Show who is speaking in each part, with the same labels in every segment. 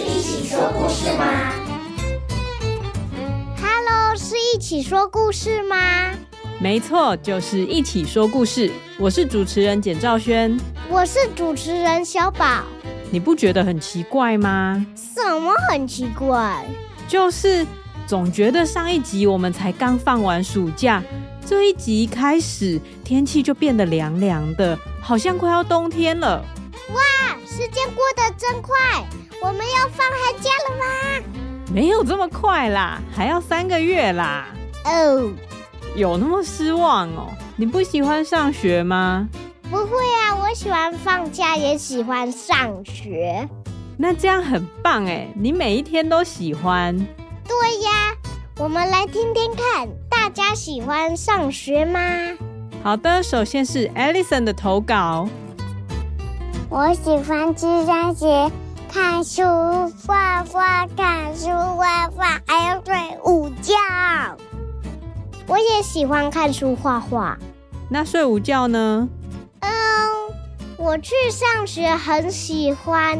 Speaker 1: 说故事吗
Speaker 2: ？Hello，是一起说故事吗？
Speaker 3: 没错，就是一起说故事。我是主持人简兆轩，
Speaker 2: 我是主持人小宝。
Speaker 3: 你不觉得很奇怪吗？
Speaker 2: 什么很奇怪？
Speaker 3: 就是总觉得上一集我们才刚放完暑假，这一集一开始天气就变得凉凉的，好像快要冬天了。
Speaker 2: 哇，时间过得真快，我们要放寒假了吗？
Speaker 3: 没有这么快啦，还要三个月啦。
Speaker 2: 哦，
Speaker 3: 有那么失望哦？你不喜欢上学吗？
Speaker 2: 不会啊，我喜欢放假，也喜欢上学。
Speaker 3: 那这样很棒哎，你每一天都喜欢。
Speaker 2: 对呀，我们来听听看，大家喜欢上学吗？
Speaker 3: 好的，首先是 Alison 的投稿。
Speaker 4: 我喜欢去上学，看书、画画、看书、画画，还有睡午觉。
Speaker 2: 我也喜欢看书、画画。嗯
Speaker 3: 那睡午觉呢？
Speaker 2: 我去上学很喜欢，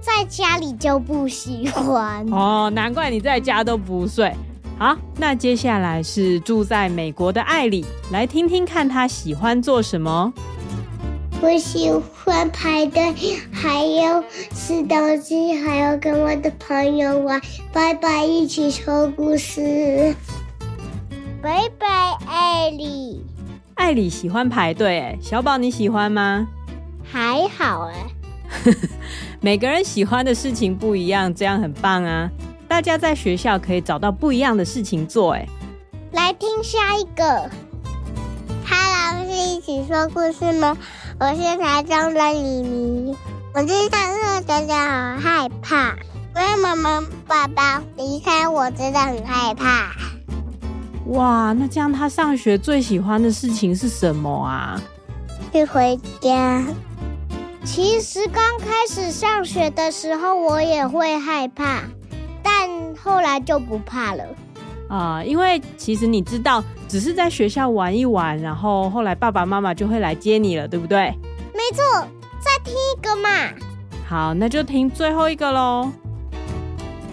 Speaker 2: 在家里就不喜欢
Speaker 3: 哦，难怪你在家都不睡。好，那接下来是住在美国的艾莉，来听听看她喜欢做什么。
Speaker 5: 我喜欢排队，还有吃东西，还有跟我的朋友玩，拜拜，一起说故事。
Speaker 2: 拜拜，艾莉。
Speaker 3: 艾莉喜欢排队，哎，小宝你喜欢吗？
Speaker 2: 还好哎，
Speaker 3: 每个人喜欢的事情不一样，这样很棒啊！大家在学校可以找到不一样的事情做哎。
Speaker 2: 来听下一个
Speaker 4: ，Hello，是一起说故事吗？我是台中的李明，我是上课觉得好害怕，因为妈妈、爸爸离开我真的很害怕。
Speaker 3: 哇，那这样他上学最喜欢的事情是什么啊？
Speaker 4: 是回家。
Speaker 2: 其实刚开始上学的时候，我也会害怕，但后来就不怕了。
Speaker 3: 啊、呃，因为其实你知道，只是在学校玩一玩，然后后来爸爸妈妈就会来接你了，对不对？
Speaker 2: 没错，再听一个嘛。
Speaker 3: 好，那就听最后一个喽。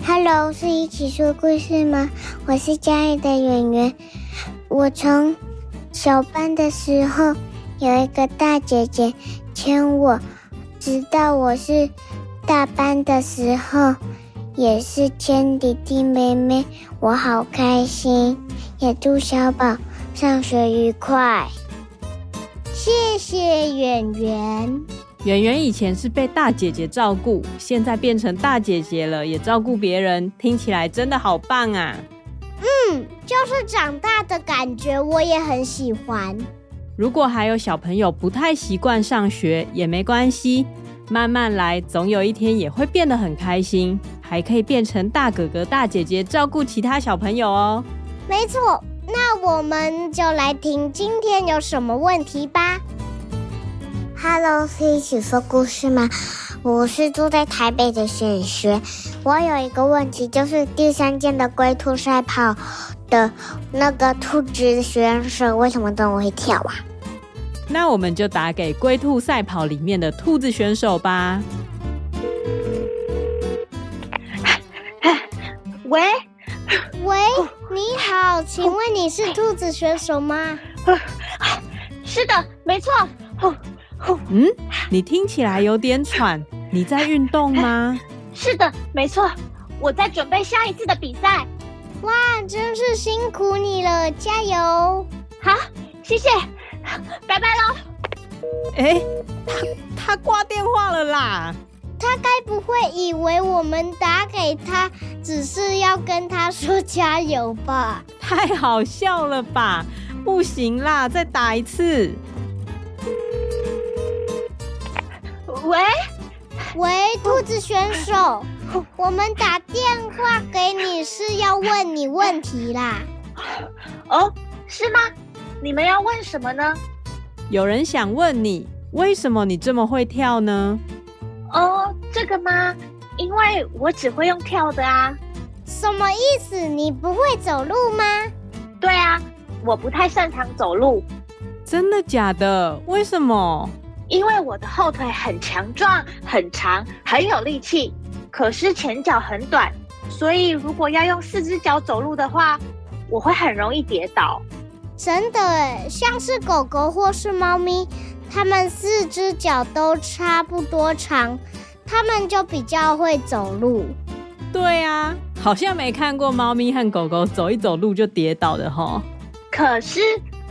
Speaker 4: Hello，是一起说故事吗？我是家里的圆圆。我从小班的时候，有一个大姐姐牵我。直到我是大班的时候，也是牵弟弟妹妹，我好开心。也祝小宝上学愉快。
Speaker 2: 谢谢圆圆。
Speaker 3: 圆圆以前是被大姐姐照顾，现在变成大姐姐了，也照顾别人，听起来真的好棒啊！
Speaker 2: 嗯，就是长大的感觉，我也很喜欢。
Speaker 3: 如果还有小朋友不太习惯上学也没关系，慢慢来，总有一天也会变得很开心，还可以变成大哥哥、大姐姐照顾其他小朋友哦。
Speaker 2: 没错，那我们就来听今天有什么问题吧。
Speaker 4: Hello，是一起说故事吗？我是住在台北的沈学，我有一个问题，就是第三届的龟兔赛跑的那个兔子学员生为什么这么会跳啊？
Speaker 3: 那我们就打给龟兔赛跑里面的兔子选手吧。
Speaker 6: 喂，
Speaker 2: 喂，你好，请问你是兔子选手吗？
Speaker 6: 是的，没错。哦
Speaker 3: 嗯，你听起来有点喘，你在运动吗？
Speaker 6: 是的，没错，我在准备下一次的比赛。
Speaker 2: 哇，真是辛苦你了，加油！
Speaker 6: 好，谢谢，拜拜喽。
Speaker 3: 哎、欸，他他挂电话了啦。
Speaker 2: 他该不会以为我们打给他只是要跟他说加油吧？
Speaker 3: 太好笑了吧？不行啦，再打一次。
Speaker 6: 喂，
Speaker 2: 喂，兔子选手，我们打电话给你是要问你问题啦。
Speaker 6: 哦，是吗？你们要问什么呢？
Speaker 3: 有人想问你，为什么你这么会跳呢？
Speaker 6: 哦，这个吗？因为我只会用跳的啊。
Speaker 2: 什么意思？你不会走路吗？
Speaker 6: 对啊，我不太擅长走路。
Speaker 3: 真的假的？为什么？
Speaker 6: 因为我的后腿很强壮、很长、很有力气，可是前脚很短，所以如果要用四只脚走路的话，我会很容易跌倒。
Speaker 2: 真的诶，像是狗狗或是猫咪，它们四只脚都差不多长，它们就比较会走路。
Speaker 3: 对啊，好像没看过猫咪和狗狗走一走路就跌倒的吼。
Speaker 6: 可是，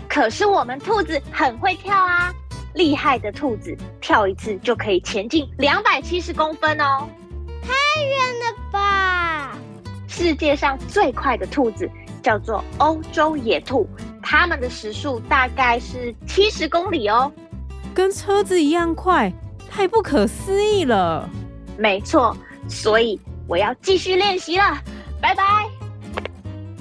Speaker 6: 可是我们兔子很会跳啊，厉害的兔子跳一次就可以前进两百七十公分哦。
Speaker 2: 太远了吧？
Speaker 6: 世界上最快的兔子叫做欧洲野兔，它们的时速大概是七十公里哦。
Speaker 3: 跟车子一样快，太不可思议了。
Speaker 6: 没错，所以我要继续练习了，拜拜。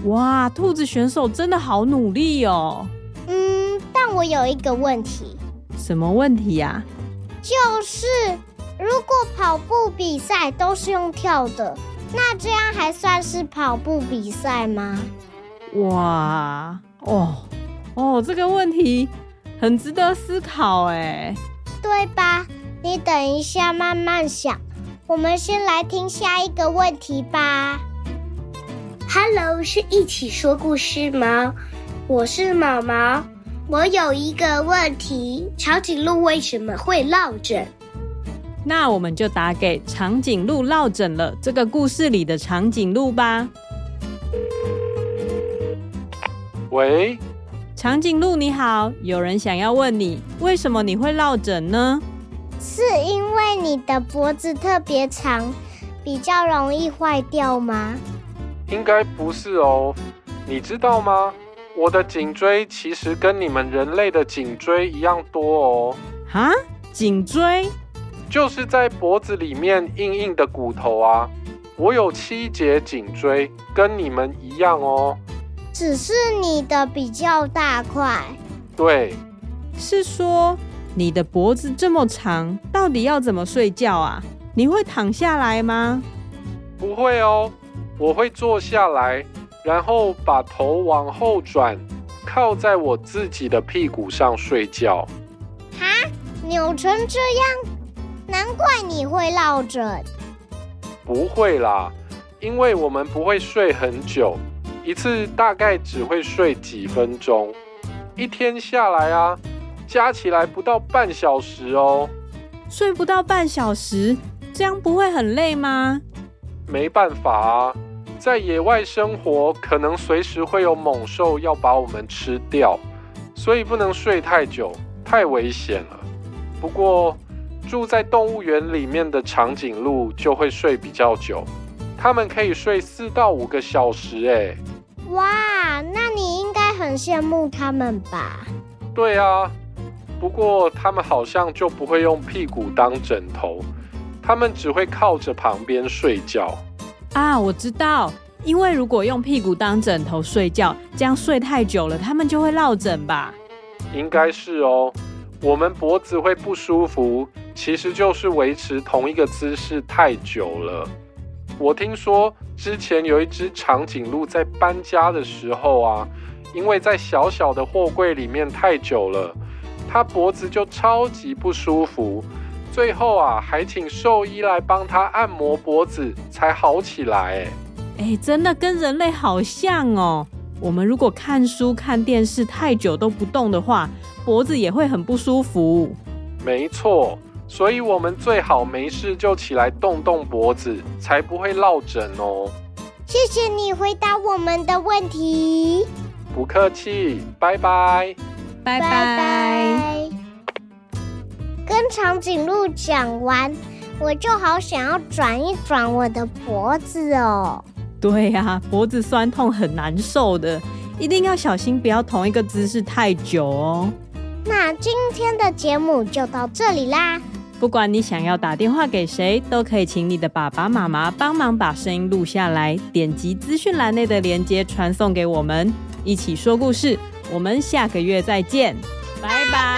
Speaker 3: 哇，兔子选手真的好努力哦。
Speaker 2: 嗯，但我有一个问题，
Speaker 3: 什么问题啊呀、
Speaker 2: 就是如果跑步比赛都是用跳的，那这样还算是跑步比赛吗？
Speaker 3: 哇，哦哦，这个问题很值得思考哎。
Speaker 2: 对吧？你等一下慢慢想。我们先来听下一个问题吧。
Speaker 5: Hello，是一起说故事吗？我是毛毛，我有一个问题：长颈鹿为什么会落枕？
Speaker 3: 那我们就打给长颈鹿落枕了这个故事里的长颈鹿吧。
Speaker 1: 喂，
Speaker 3: 长颈鹿你好，有人想要问你，为什么你会落枕呢？
Speaker 2: 是因为你的脖子特别长，比较容易坏掉吗？
Speaker 1: 应该不是哦。你知道吗？我的颈椎其实跟你们人类的颈椎一样多哦，
Speaker 3: 啊，颈椎？
Speaker 1: 就是在脖子里面硬硬的骨头啊。我有七节颈椎，跟你们一样哦。
Speaker 2: 只是你的比较大块。
Speaker 1: 对，
Speaker 3: 是说你的脖子这么长，到底要怎么睡觉啊？你会躺下来吗？
Speaker 1: 不会哦，我会坐下来，然后把头往后转，靠在我自己的屁股上睡觉。
Speaker 2: 扭成这样，难怪你会落枕。
Speaker 1: 不会啦，因为我们不会睡很久，一次大概只会睡几分钟，一天下来啊，加起来不到半小时哦。
Speaker 3: 睡不到半小时，这样不会很累吗？
Speaker 1: 没办法啊，在野外生活可能随时会有猛兽要把我们吃掉，所以不能睡太久，太危险了。不过住在动物园里面的长颈鹿就会睡比较久，它们可以睡四到五个小时、欸。哎，
Speaker 2: 哇，那你应该很羡慕他们吧？
Speaker 1: 对啊，不过它们好像就不会用屁股当枕头，它们只会靠着旁边睡觉。
Speaker 3: 啊，我知道，因为如果用屁股当枕头睡觉，这样睡太久了，它们就会落枕吧？
Speaker 1: 应该是哦。我们脖子会不舒服，其实就是维持同一个姿势太久了。我听说之前有一只长颈鹿在搬家的时候啊，因为在小小的货柜里面太久了，它脖子就超级不舒服，最后啊还请兽医来帮它按摩脖子才好起来、欸。
Speaker 3: 哎，真的跟人类好像哦。我们如果看书、看电视太久都不动的话，脖子也会很不舒服。
Speaker 1: 没错，所以我们最好没事就起来动动脖子，才不会落枕哦。
Speaker 2: 谢谢你回答我们的问题，
Speaker 1: 不客气，拜拜。
Speaker 3: 拜拜。
Speaker 2: 跟长颈鹿讲完，我就好想要转一转我的脖子哦。
Speaker 3: 对呀、脖子酸痛很难受的，一定要小心，不要同一个姿势太久哦。
Speaker 2: 那今天的节目就到这里啦，
Speaker 3: 不管你想要打电话给谁，都可以请你的爸爸妈妈帮忙把声音录下来，点击资讯栏内的链接传送给我们，一起说故事。我们下个月再见，拜拜